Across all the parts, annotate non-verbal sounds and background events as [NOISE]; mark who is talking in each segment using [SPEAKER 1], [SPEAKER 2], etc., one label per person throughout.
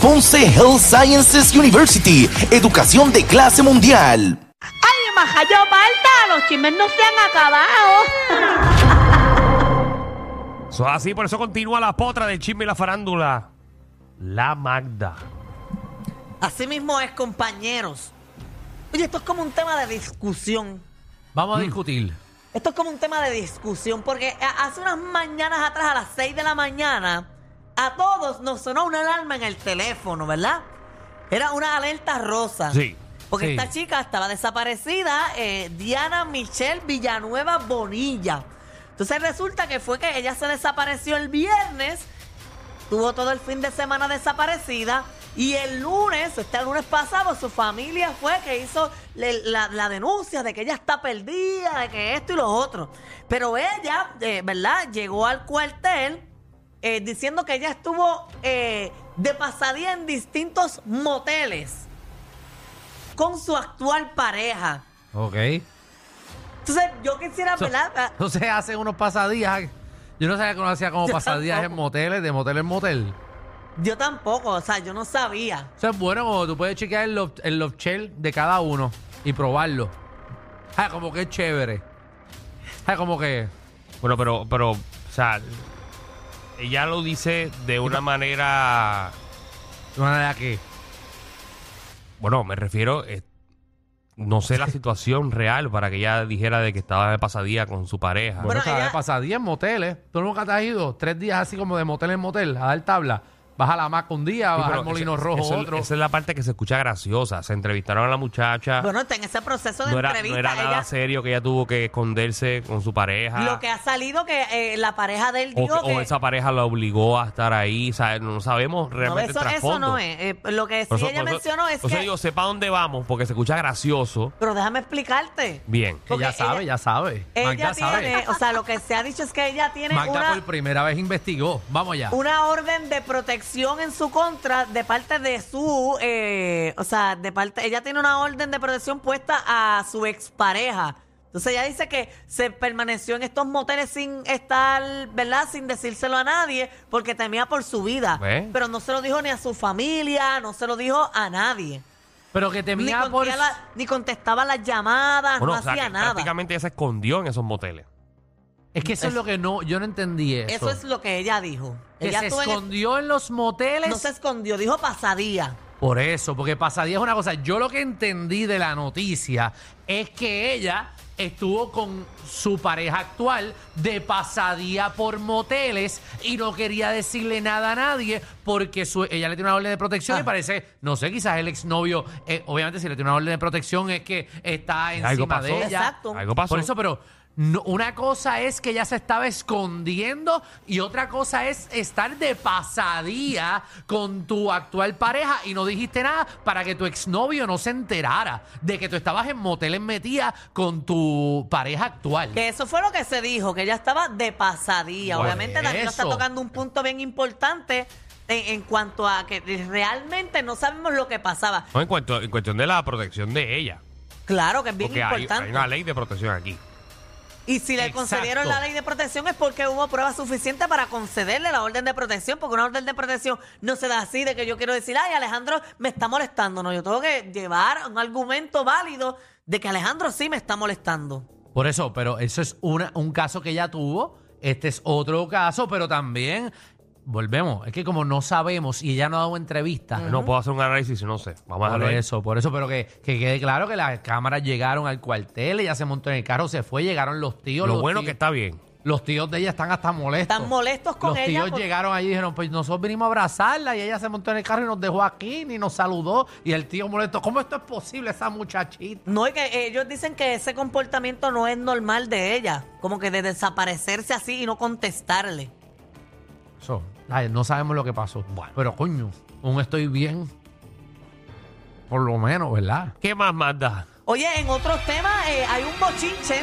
[SPEAKER 1] Ponce Health Sciences University, educación de clase mundial.
[SPEAKER 2] ¡Ay, majayo, falta! Los chismes no se han acabado.
[SPEAKER 3] Eso es así, por eso continúa la potra del chisme y la farándula. La Magda.
[SPEAKER 4] Así mismo es, compañeros. Oye, esto es como un tema de discusión.
[SPEAKER 5] Vamos a discutir.
[SPEAKER 4] Esto es como un tema de discusión, porque a- hace unas mañanas atrás, a las 6 de la mañana, a todos nos sonó una alarma en el teléfono, ¿verdad? Era una alerta rosa.
[SPEAKER 3] Sí,
[SPEAKER 4] Porque
[SPEAKER 5] sí.
[SPEAKER 4] esta chica estaba desaparecida, eh, Diana Michelle Villanueva Bonilla. Entonces resulta que fue que ella se desapareció el viernes, tuvo todo el fin de semana desaparecida y el lunes, este lunes pasado, su familia fue que hizo le- la, la denuncia de que ella está perdida, de que esto y lo otro. Pero ella, eh, ¿verdad? Llegó al cuartel eh, diciendo que ella estuvo eh, de pasadía en distintos moteles con su actual pareja.
[SPEAKER 3] Mm.
[SPEAKER 5] Ok.
[SPEAKER 4] Entonces, yo quisiera, ¿verdad? Ah,
[SPEAKER 5] Entonces hacen unos pasadías. Yo no sabía que uno hacía como
[SPEAKER 4] Yo
[SPEAKER 5] pasadías en
[SPEAKER 4] tampoco.
[SPEAKER 5] moteles, de motel en motel.
[SPEAKER 4] Yo tampoco, o sea, yo no sabía.
[SPEAKER 5] Eso es bueno como tú puedes chequear el love, el love shell de cada uno y probarlo. Ah, como que es chévere. Ah, como que...
[SPEAKER 3] Bueno, pero, pero, o sea, ella lo dice de una manera.
[SPEAKER 5] de una manera que...
[SPEAKER 3] Bueno, me refiero. eh, no sé la situación real para que ella dijera de que estaba de pasadía con su pareja.
[SPEAKER 5] Bueno,
[SPEAKER 4] Bueno,
[SPEAKER 5] cada
[SPEAKER 4] ella-
[SPEAKER 5] vez pasa 10 moteles. Tú nunca te has ido tres días así como de motel en motel a dar tabla. Vas a la Mac un día,
[SPEAKER 3] Sí,
[SPEAKER 5] vas
[SPEAKER 3] pero
[SPEAKER 5] al Molino
[SPEAKER 3] esa-
[SPEAKER 5] Rojo
[SPEAKER 3] esa-
[SPEAKER 5] otro.
[SPEAKER 3] Esa es la parte que se escucha graciosa. Se entrevistaron a la muchacha.
[SPEAKER 4] Bueno, está en ese proceso de
[SPEAKER 3] Ah. no, era, no
[SPEAKER 4] entrevista.
[SPEAKER 3] era nada
[SPEAKER 4] ella-
[SPEAKER 3] serio que ella tuvo que esconderse con su pareja.
[SPEAKER 4] Lo que ha salido que eh, la pareja de él
[SPEAKER 3] o,
[SPEAKER 4] dijo
[SPEAKER 3] que- o
[SPEAKER 4] que-
[SPEAKER 3] esa pareja la obligó a estar ahí. o sea, no sabemos
[SPEAKER 4] no,
[SPEAKER 3] realmente
[SPEAKER 4] eso,
[SPEAKER 3] el
[SPEAKER 4] eso
[SPEAKER 3] trasfondo.
[SPEAKER 4] no es. Eh, lo que sí
[SPEAKER 3] Por eso-
[SPEAKER 4] ella
[SPEAKER 3] por eso-
[SPEAKER 4] mencionó es
[SPEAKER 3] por eso
[SPEAKER 4] que...
[SPEAKER 3] digo, sepa dónde vamos porque se escucha gracioso.
[SPEAKER 4] Pero déjame explicarte.
[SPEAKER 3] Bien.
[SPEAKER 5] Que ya
[SPEAKER 4] porque
[SPEAKER 5] sabe,
[SPEAKER 4] ella-
[SPEAKER 5] ya sabe.
[SPEAKER 4] Ella
[SPEAKER 5] Magda
[SPEAKER 4] tiene,
[SPEAKER 5] sabe.
[SPEAKER 4] o sea, lo que se ha dicho es que ella tiene
[SPEAKER 5] Magda
[SPEAKER 4] una,
[SPEAKER 5] por primera vez investigó. Vamos allá.
[SPEAKER 4] una orden de protección en su contra de parte de su, eh, o sea, de parte, ella tiene una orden de protección puesta a su expareja. Entonces ella dice que se permaneció en estos moteles sin estar, ¿verdad? Sin decírselo a nadie porque temía por su vida.
[SPEAKER 3] ¿Ve?
[SPEAKER 4] Pero no se lo dijo ni a su familia, no se lo dijo a nadie.
[SPEAKER 5] Pero que
[SPEAKER 4] Ni,
[SPEAKER 5] temía por...
[SPEAKER 4] contía la- ni contestaba las llamadas,
[SPEAKER 3] Bueno,
[SPEAKER 4] no
[SPEAKER 3] o sea,
[SPEAKER 4] hacía
[SPEAKER 3] que
[SPEAKER 4] nada.
[SPEAKER 3] prácticamente ella se escondió en esos moteles.
[SPEAKER 5] Es que eso es lo que no... Yo no entendí eso.
[SPEAKER 4] Eso es lo que ella dijo.
[SPEAKER 5] Que
[SPEAKER 4] ella
[SPEAKER 5] se
[SPEAKER 4] estuvo en-
[SPEAKER 5] escondió en, los moteles.
[SPEAKER 4] no se escondió, dijo pasadía.
[SPEAKER 5] Por eso, porque pasadía es una cosa. Yo lo que entendí de la noticia es que ella estuvo con su pareja actual de pasadía por moteles y no quería decirle nada a nadie porque su- ella le tiene una orden de protección y
[SPEAKER 4] Ah.
[SPEAKER 5] parece, no sé, quizás el exnovio, eh, obviamente si le tiene una orden de protección es que está encima
[SPEAKER 3] Algo pasó.
[SPEAKER 5] de ella.
[SPEAKER 4] Exacto.
[SPEAKER 3] Algo pasó.
[SPEAKER 5] Por eso, pero no- una cosa es que ella se estaba escondiendo y otra cosa es estar de pasadía con tu actual pareja y no dijiste nada para que tu exnovio no se enterara de que tú estabas en moteles metida con tu pareja actual.
[SPEAKER 4] Que eso fue lo que se dijo, que ella estaba de pasadía.
[SPEAKER 5] Por
[SPEAKER 4] Obviamente Danilo está
[SPEAKER 5] eso.
[SPEAKER 4] tocando un punto bien importante en, en cuanto a que realmente no sabemos lo que pasaba.
[SPEAKER 3] No, en, cuanto- en cuestión de la protección de ella.
[SPEAKER 4] Claro que es bien
[SPEAKER 3] porque hay-
[SPEAKER 4] importante.
[SPEAKER 3] hay una ley de protección aquí.
[SPEAKER 4] Y si le
[SPEAKER 5] Exacto.
[SPEAKER 4] concedieron la ley de protección es porque hubo pruebas suficientes para concederle la orden de protección, porque una orden de protección no se da así de que yo quiero decir, ay, Alejandro me está molestando. No, yo tengo que llevar un argumento válido de que Alejandro sí me está molestando.
[SPEAKER 5] Por eso, pero eso es una- un caso que ella tuvo. Este es otro caso, pero también volvemos. Es que como no sabemos y ella no ha dado entrevistas,
[SPEAKER 3] No puedo hacer un análisis, no sé. Vamos a
[SPEAKER 5] Por
[SPEAKER 3] dejarlo ahí.
[SPEAKER 5] eso, por eso, pero que, que quede claro que las cámaras llegaron al cuartel, ella se montó en el carro, se fue, llegaron los tíos.
[SPEAKER 3] Lo
[SPEAKER 5] los
[SPEAKER 3] bueno
[SPEAKER 5] tíos-
[SPEAKER 3] que está bien.
[SPEAKER 5] Los tíos de ella están hasta molestos.
[SPEAKER 4] Están molestos con
[SPEAKER 5] los
[SPEAKER 4] ella
[SPEAKER 5] tíos
[SPEAKER 4] porque-
[SPEAKER 5] llegaron allí y dijeron, pues nosotros vinimos a abrazarla y ella se montó en el carro y nos dejó aquí, ni nos saludó. Y el tío molesto, ¿cómo esto es posible, esa muchachita?
[SPEAKER 4] No, y que ellos dicen que ese comportamiento no es normal de ella, como que de desaparecerse así y no contestarle.
[SPEAKER 5] Eso, ay, no sabemos lo que pasó. Pero coño, aún estoy bien. Por lo menos, ¿verdad?
[SPEAKER 3] ¿Qué más manda?
[SPEAKER 4] Oye, en otros temas eh, hay un bochinche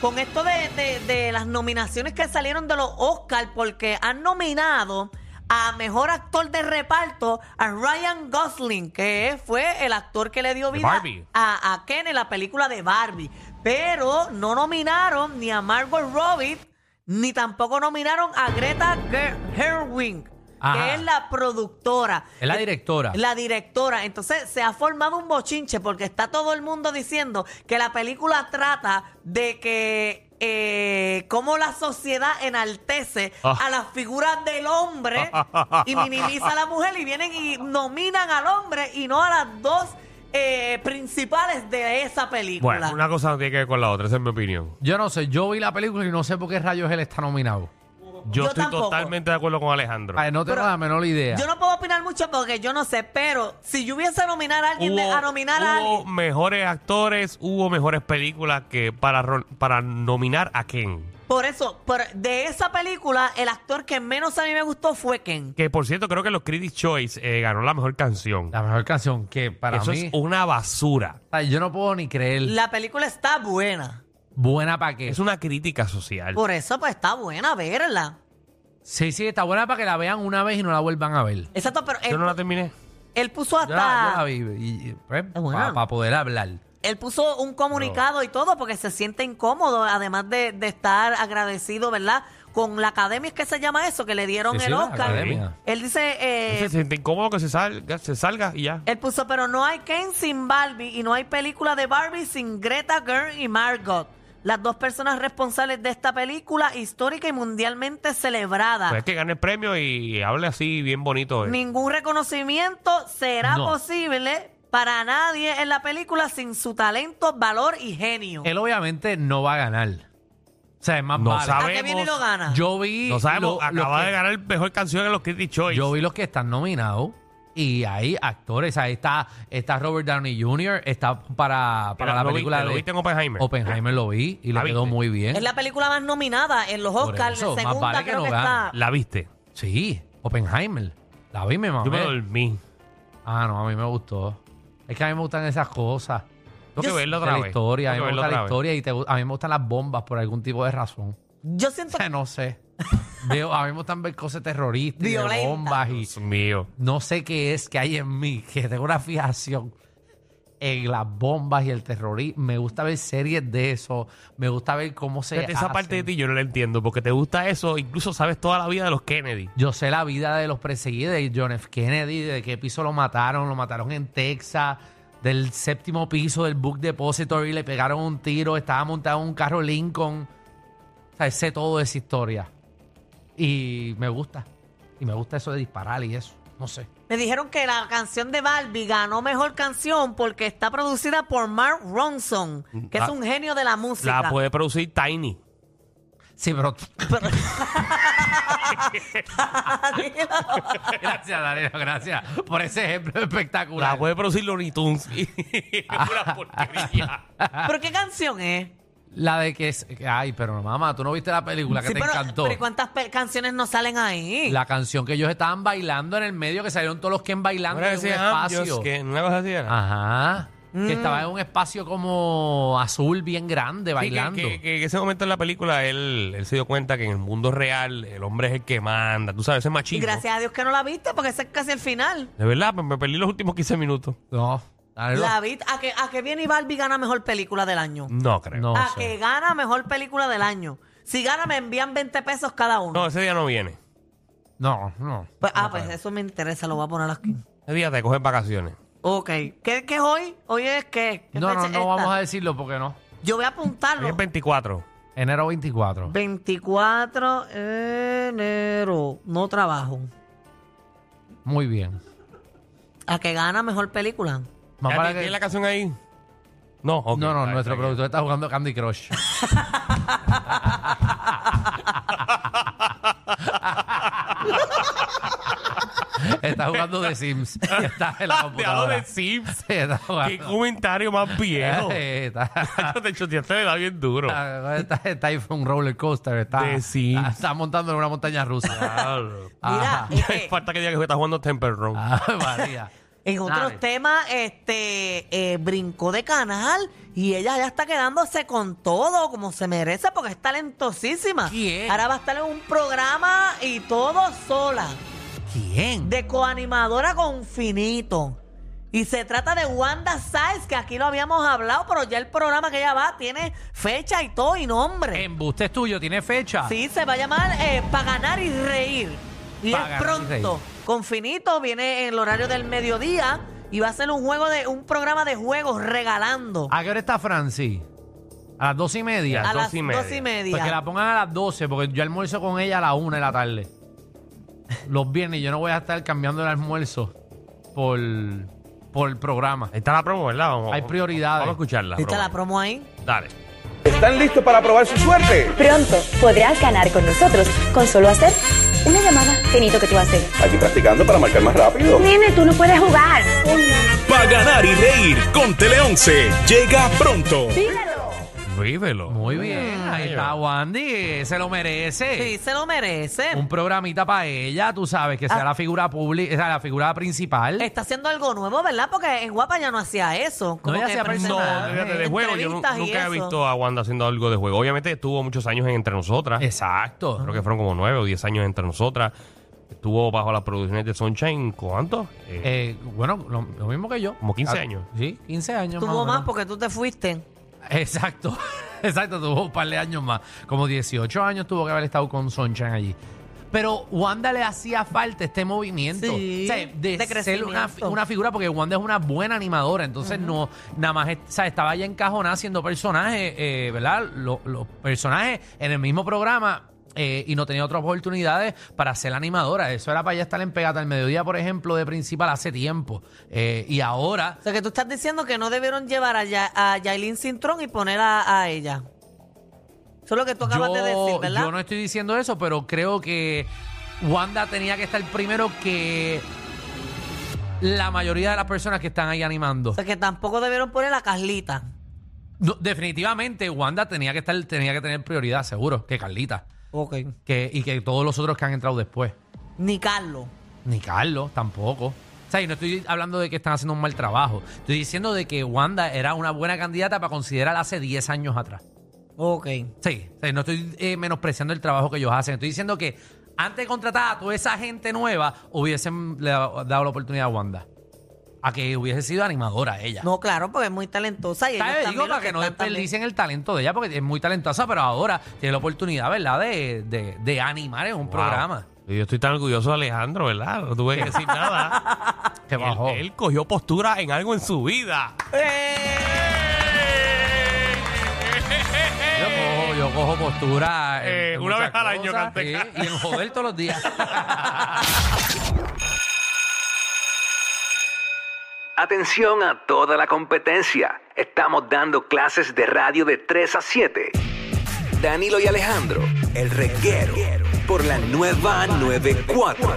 [SPEAKER 4] con esto de, de- de las nominaciones que salieron de los Oscars porque han nominado a Mejor Actor de Reparto a Ryan Gosling, que fue el actor que le dio
[SPEAKER 3] De
[SPEAKER 4] vida
[SPEAKER 3] Barbie.
[SPEAKER 4] a, a Ken en la película de Barbie. Pero no nominaron ni a Margot Robbie, ni tampoco nominaron a Greta Ger- Gerwig.
[SPEAKER 5] Ajá.
[SPEAKER 4] que es la productora.
[SPEAKER 5] Es la directora.
[SPEAKER 4] La directora. Entonces se ha formado un bochinche porque está todo el mundo diciendo que la película trata de que eh, cómo la sociedad enaltece
[SPEAKER 3] Ah.
[SPEAKER 4] a las figuras del hombre y minimiza a la mujer y vienen y nominan al hombre y no a las dos eh, principales de esa película.
[SPEAKER 3] Bueno, una cosa no tiene que ver con la otra, esa es mi opinión.
[SPEAKER 5] Yo no sé, yo vi la película y no sé por qué rayos él está nominado.
[SPEAKER 3] Yo,
[SPEAKER 4] Yo
[SPEAKER 3] estoy
[SPEAKER 4] tampoco.
[SPEAKER 3] totalmente de acuerdo con Alejandro.
[SPEAKER 5] Ay, no tengo
[SPEAKER 4] Pero-
[SPEAKER 5] la menor idea.
[SPEAKER 4] Yo no puedo opinar mucho porque yo no sé, pero si yo hubiese nominar a alguien, de- a nominar a
[SPEAKER 3] hubo
[SPEAKER 4] alguien,
[SPEAKER 3] mejores actores, hubo mejores películas que para, ro- para nominar a Ken.
[SPEAKER 4] por eso, por, de esa película, el actor que menos a mí me gustó fue Ken.
[SPEAKER 3] Que por cierto, creo que los Critics Choice eh, ganó la mejor canción.
[SPEAKER 5] La mejor canción que Ah, para
[SPEAKER 3] Eso
[SPEAKER 5] mí.
[SPEAKER 3] es una basura.
[SPEAKER 5] Ay, yo no puedo ni creer.
[SPEAKER 4] La película está buena.
[SPEAKER 5] Buena para qué.
[SPEAKER 3] Es una crítica social.
[SPEAKER 4] Por eso, pues está buena verla.
[SPEAKER 5] Sí, sí, está buena para que la vean una vez y no la vuelvan a ver.
[SPEAKER 4] Exacto, pero él,
[SPEAKER 3] Yo no la terminé.
[SPEAKER 4] él puso hasta.
[SPEAKER 5] Yo la, yo la vi y- y, pues,
[SPEAKER 4] buena.
[SPEAKER 5] para poder hablar.
[SPEAKER 4] Él puso un comunicado y todo porque se siente incómodo, además de, de estar agradecido, ¿verdad? Con la academia, ¿qué se llama eso? Que le dieron
[SPEAKER 5] Sí, sí,
[SPEAKER 4] el
[SPEAKER 5] la
[SPEAKER 4] Oscar.
[SPEAKER 5] academia.
[SPEAKER 4] Él dice. eh,
[SPEAKER 3] Se siente incómodo que se salga, se salga y ya.
[SPEAKER 4] Él puso, pero no hay Ken sin Barbie y no hay película de Barbie sin Greta Gerwig y Margot. Las dos personas responsables de esta película histórica y mundialmente celebrada.
[SPEAKER 3] Pues es que gane el premio y hable así bien bonito. eh.
[SPEAKER 4] Ningún reconocimiento será
[SPEAKER 5] No.
[SPEAKER 4] posible para nadie en la película sin su talento, valor y genio.
[SPEAKER 5] Él obviamente no va a ganar. O sea, es más
[SPEAKER 3] No
[SPEAKER 5] vale.
[SPEAKER 3] sabe.
[SPEAKER 4] ¿A qué viene y lo gana?
[SPEAKER 5] Yo vi.
[SPEAKER 3] No sabemos,
[SPEAKER 5] lo- los
[SPEAKER 3] acaba
[SPEAKER 5] que-
[SPEAKER 3] de ganar mejor canción en los Critics Choice.
[SPEAKER 5] Yo vi los que están nominados. Y hay actores. Ahí está, está Robert Downey Jr. Está para, para
[SPEAKER 3] Pero
[SPEAKER 5] la
[SPEAKER 3] lo
[SPEAKER 5] película
[SPEAKER 3] viste,
[SPEAKER 5] de.
[SPEAKER 3] lo viste en Oppenheimer.
[SPEAKER 5] Oppenheimer lo vi y
[SPEAKER 3] ¿La
[SPEAKER 5] le quedó
[SPEAKER 3] viste?
[SPEAKER 5] muy bien.
[SPEAKER 4] Es la película más nominada en los
[SPEAKER 5] ¿eh? Por
[SPEAKER 4] Oscars.
[SPEAKER 5] eso,
[SPEAKER 4] la
[SPEAKER 5] más
[SPEAKER 4] segunda
[SPEAKER 5] vale que
[SPEAKER 4] creo
[SPEAKER 5] no
[SPEAKER 4] que
[SPEAKER 5] gane.
[SPEAKER 4] está.
[SPEAKER 3] ¿La viste?
[SPEAKER 5] Sí, Oppenheimer. La vi, mi mamá.
[SPEAKER 3] Yo me dormí.
[SPEAKER 5] Ah, no, a mí me gustó. Es que a mí me gustan esas cosas.
[SPEAKER 3] Tengo que
[SPEAKER 4] Yo-
[SPEAKER 3] verlo
[SPEAKER 5] De
[SPEAKER 3] otra
[SPEAKER 5] la
[SPEAKER 3] vez.
[SPEAKER 5] historia, a mí
[SPEAKER 3] Tengo
[SPEAKER 5] me
[SPEAKER 3] que verlo
[SPEAKER 5] gusta la
[SPEAKER 3] otra vez.
[SPEAKER 5] historia y te gu- a mí me gustan las bombas por algún tipo de razón. [LAUGHS]
[SPEAKER 4] Yo
[SPEAKER 5] O
[SPEAKER 4] siento
[SPEAKER 5] sea, no sé. Veo, a mí me gustan ver cosas terroristas y de
[SPEAKER 4] Violenta.
[SPEAKER 5] bombas y
[SPEAKER 3] Dios mío.
[SPEAKER 5] no sé qué es que hay en mí, [LAUGHS] que tengo una fijación en las bombas y el terrorismo. Me gusta ver series de eso, me gusta ver cómo se
[SPEAKER 3] Fíjate,
[SPEAKER 4] ah,
[SPEAKER 3] esa parte de
[SPEAKER 5] hacen.
[SPEAKER 3] ti yo no la entiendo, porque te gusta eso, incluso sabes toda la vida de los Kennedy.
[SPEAKER 5] Yo sé la vida de los perseguidos, de John F. Kennedy, de qué piso lo mataron, lo mataron en Texas, del séptimo piso del Book Depository, le pegaron un tiro, estaba montado en un carro Lincoln. O sea, sé todo de esa historia. Y me gusta. Y me gusta eso de disparar y eso. No sé.
[SPEAKER 4] Me dijeron que la canción de Barbie ganó mejor canción porque está producida por Mark Ronson, que es
[SPEAKER 5] Ah.
[SPEAKER 3] La-
[SPEAKER 4] un genio de la música. [LAUGHS]
[SPEAKER 3] La puede producir Tiny.
[SPEAKER 5] Sí, pero. [LAUGHS]
[SPEAKER 4] Danilo.
[SPEAKER 5] gracias, Danilo, gracias por ese ejemplo
[SPEAKER 3] La
[SPEAKER 5] espectacular.
[SPEAKER 3] puede producir Looney Tunes. [LAUGHS]
[SPEAKER 5] [LAUGHS]
[SPEAKER 3] Una porquería.
[SPEAKER 4] ¿Pero qué canción es?
[SPEAKER 5] La de que es. Ay, pero mamá, tú no viste la película que
[SPEAKER 4] Sí,
[SPEAKER 5] te
[SPEAKER 4] pero,
[SPEAKER 5] encantó.
[SPEAKER 4] pero ¿y ¿cuántas pe- canciones no salen ahí?
[SPEAKER 5] La canción que ellos estaban bailando en el medio, que salieron todos los Ken bailando
[SPEAKER 3] Ahora "Ah,
[SPEAKER 5] en un
[SPEAKER 3] ese I'm
[SPEAKER 5] espacio.
[SPEAKER 3] just kidding, una cosa así era.
[SPEAKER 5] Ajá.
[SPEAKER 3] Mm.
[SPEAKER 5] Que estaba en un espacio como azul bien grande
[SPEAKER 3] Sí, que-
[SPEAKER 5] bailando.
[SPEAKER 3] que, que en ese momento en la película él, él se dio cuenta que en el mundo real el hombre es el que manda. Tú sabes, ese
[SPEAKER 4] y
[SPEAKER 3] machismo.
[SPEAKER 4] gracias a Dios que no la viste porque ese es casi el final.
[SPEAKER 3] De verdad, pues, me, me perdí los últimos 15 minutos.
[SPEAKER 5] No, dale,
[SPEAKER 4] La viste. ¿A que, a que viene y Barbie gana mejor película del año?
[SPEAKER 3] No creo.
[SPEAKER 5] no
[SPEAKER 4] a
[SPEAKER 5] sé.
[SPEAKER 4] que gana mejor película del año. Si gana me envían 20 pesos cada uno.
[SPEAKER 3] No, ese día no viene.
[SPEAKER 5] No, no.
[SPEAKER 4] Pues, ah,
[SPEAKER 5] No
[SPEAKER 4] pues
[SPEAKER 5] creo.
[SPEAKER 4] eso me interesa, lo voy a poner aquí.
[SPEAKER 3] Ese día te cogen vacaciones.
[SPEAKER 4] Ok. ¿Qué, qué es hoy? Hoy es que.
[SPEAKER 5] No, no, no vamos a decirlo porque no.
[SPEAKER 4] Yo voy a
[SPEAKER 3] Hoy es
[SPEAKER 4] apuntarlo.
[SPEAKER 3] 24.
[SPEAKER 5] Enero 24.
[SPEAKER 4] 24 enero. No trabajo.
[SPEAKER 5] Muy bien.
[SPEAKER 4] A que gana mejor película.
[SPEAKER 5] Más
[SPEAKER 3] Ya,
[SPEAKER 5] para
[SPEAKER 3] ¿Tienes
[SPEAKER 5] que-
[SPEAKER 3] la canción ahí? No, ok,
[SPEAKER 5] No, no,
[SPEAKER 3] está,
[SPEAKER 5] nuestro
[SPEAKER 3] está bien.
[SPEAKER 5] productor está jugando Candy Crush. está jugando The
[SPEAKER 3] [LAUGHS]
[SPEAKER 5] Sims. Y Está en la
[SPEAKER 3] Diablo
[SPEAKER 5] computadora.
[SPEAKER 3] de Sims.
[SPEAKER 5] [LAUGHS] Sí, está
[SPEAKER 3] Qué
[SPEAKER 5] jugando.
[SPEAKER 3] comentario más viejo. [LAUGHS]
[SPEAKER 5] Eh, [LAUGHS] está-
[SPEAKER 3] Te choteaste de verdad bien duro.
[SPEAKER 5] Ah, Está, está ahí fue un roller coaster. Está,
[SPEAKER 3] De Sims.
[SPEAKER 5] está, está montando en una montaña rusa.
[SPEAKER 3] [LAUGHS] Diablo.
[SPEAKER 5] Ajá. [LAUGHS]
[SPEAKER 4] Mira, eh, eh,
[SPEAKER 3] Falta que diga que está jugando Temple Run.
[SPEAKER 4] Ah.
[SPEAKER 5] Ay, [LAUGHS] María.
[SPEAKER 4] en otros
[SPEAKER 5] Dale.
[SPEAKER 4] temas, este eh, brincó de canal y ella ya está quedándose con todo como se merece porque es talentosísima.
[SPEAKER 5] ¿Quién?
[SPEAKER 4] Ahora va a estar en un programa y todo sola.
[SPEAKER 5] ¿Quién?
[SPEAKER 4] de coanimadora con finito. Y se trata de Wanda Sáez, que aquí lo habíamos hablado, pero ya el programa que ella va tiene fecha y
[SPEAKER 5] Eh,
[SPEAKER 4] todo y nombre.
[SPEAKER 5] Ah. Embuste es tuyo, tiene fecha.
[SPEAKER 4] Sí, se va a llamar eh, Pa' ganar y reír. Y
[SPEAKER 5] Pagan,
[SPEAKER 4] es pronto. Con Finito viene en el horario del mediodía y va a ser un juego de un programa de juegos regalando.
[SPEAKER 5] ¿A qué hora está Franci? Ah, A las dos y media.
[SPEAKER 4] a
[SPEAKER 3] las
[SPEAKER 4] las
[SPEAKER 3] doce y media.
[SPEAKER 4] dos y media.
[SPEAKER 5] Pues que la pongan a las 12, porque yo almuerzo con ella a las 1 de la tarde. Los viernes yo no voy a estar cambiando el almuerzo por, por el programa.
[SPEAKER 3] Ahí está la promo, ¿verdad? Vamos-
[SPEAKER 5] Hay prioridades.
[SPEAKER 3] Vamos a escucharla.
[SPEAKER 4] Ahí está la
[SPEAKER 3] promo.
[SPEAKER 4] promo ahí.
[SPEAKER 3] Dale.
[SPEAKER 6] ¿Están listos para probar su suerte?
[SPEAKER 7] Pronto podrás ganar con nosotros con solo hacer una llamada. Finito que tú haces.
[SPEAKER 6] Aquí practicando para marcar más rápido.
[SPEAKER 7] Nene, tú no puedes jugar.
[SPEAKER 8] Para ganar y reír con Tele 11 llega pronto.
[SPEAKER 3] Vívelo.
[SPEAKER 5] Muy bien, ahí está Wandy, se lo
[SPEAKER 4] Sí,
[SPEAKER 5] merece.
[SPEAKER 4] se lo merece.
[SPEAKER 5] Un programita para ella, tú sabes, que sea
[SPEAKER 4] Ah.
[SPEAKER 5] la figura pública, o sea, la figura principal.
[SPEAKER 4] Está haciendo algo nuevo, ¿verdad? Porque en Guapa ya no hacía eso. Como
[SPEAKER 5] ella
[SPEAKER 4] que
[SPEAKER 5] hacía
[SPEAKER 3] No,
[SPEAKER 5] personaje.
[SPEAKER 4] personajes,
[SPEAKER 3] fíjate, de juego. Yo nu-
[SPEAKER 4] entrevistas y
[SPEAKER 3] nunca he
[SPEAKER 4] eso.
[SPEAKER 3] visto a Wanda haciendo algo de juego. Obviamente estuvo muchos años en entre nosotras.
[SPEAKER 5] Exacto.
[SPEAKER 3] Creo que fueron como nueve o diez años entre nosotras. Estuvo bajo las producciones de Sunshine. ¿Cuánto? Eh,
[SPEAKER 5] Eh, bueno, lo, lo mismo que yo.
[SPEAKER 3] Como 15
[SPEAKER 5] Ah,
[SPEAKER 3] años.
[SPEAKER 5] Sí, 15 años.
[SPEAKER 4] Tuvo
[SPEAKER 5] o
[SPEAKER 4] más
[SPEAKER 5] menos.
[SPEAKER 4] porque tú te fuiste.
[SPEAKER 5] Exacto, [LAUGHS] exacto, tuvo un par de años más. Como 18 años tuvo que haber estado con Sonchan allí. Pero Wanda le hacía falta este movimiento.
[SPEAKER 4] Sí,
[SPEAKER 5] O sea, de,
[SPEAKER 4] de
[SPEAKER 5] ser una, fi-
[SPEAKER 4] crecimiento.
[SPEAKER 5] una figura, porque Wanda es una buena animadora, entonces no, nada más, es- o sea, estaba ya encajonada haciendo personajes, eh, ¿verdad? Lo- Los, personajes en el mismo programa. eh, y no tenía otras oportunidades para ser animadora. Eso era para ella estar en Pegata al Mediodía, por ejemplo, de principal hace tiempo. Eh, y ahora
[SPEAKER 4] O sea, que tú estás diciendo que no debieron llevar a, Ya- a Yailin Cintrón y poner a, a ella. Eso es lo que tú acabas de decir, ¿verdad?
[SPEAKER 5] yo no estoy diciendo eso, pero creo que Wanda tenía que estar primero que la mayoría de las personas que están ahí animando.
[SPEAKER 4] O sea, que tampoco debieron poner a Carlita.
[SPEAKER 5] No, definitivamente Wanda tenía que estar, tenía que tener prioridad, seguro, que Carlita.
[SPEAKER 4] Ok.
[SPEAKER 5] Que, y que todos los otros que han entrado después.
[SPEAKER 4] Ni Carlos.
[SPEAKER 5] Ni Carlos tampoco. O sea, y no estoy hablando de que están haciendo un mal trabajo. Estoy diciendo de que Wanda era una buena candidata para considerar hace 10 años atrás.
[SPEAKER 4] Ok.
[SPEAKER 5] Sí, sí, no estoy eh, menospreciando el trabajo que ellos hacen. Estoy diciendo que antes de contratar a toda esa gente nueva, hubiesen le da- dado la oportunidad a Wanda. A que hubiese sido animadora ella.
[SPEAKER 4] No, claro, porque es muy talentosa. Y ellos
[SPEAKER 5] ¿Sabes?
[SPEAKER 4] también,
[SPEAKER 5] Digo,
[SPEAKER 4] los
[SPEAKER 5] para que no
[SPEAKER 4] están también.
[SPEAKER 5] desperdicien el talento de ella, porque es muy talentosa, pero ahora tiene la oportunidad, ¿verdad?, de, de- de animar en un
[SPEAKER 3] wow.
[SPEAKER 5] programa.
[SPEAKER 3] Y Yo estoy tan orgulloso de Alejandro, ¿verdad? No tuve que
[SPEAKER 5] [LAUGHS]
[SPEAKER 3] decir nada.
[SPEAKER 5] Que
[SPEAKER 3] Él-
[SPEAKER 5] bajó.
[SPEAKER 3] Él, cogió postura en algo en su vida.
[SPEAKER 4] ¡Eh!
[SPEAKER 3] [LAUGHS]
[SPEAKER 5] Yo cojo, yo cojo postura. en-
[SPEAKER 3] Eh,
[SPEAKER 5] en
[SPEAKER 3] una
[SPEAKER 5] muchas
[SPEAKER 3] vez al año,
[SPEAKER 5] cosas,
[SPEAKER 3] Canteca.
[SPEAKER 5] sí, Y en joder todos los
[SPEAKER 3] [LAUGHS]
[SPEAKER 5] días.
[SPEAKER 9] Atención a toda la competencia. Estamos dando clases de radio de 3 a 7. Danilo y Alejandro, el reguero, por la nueva 94.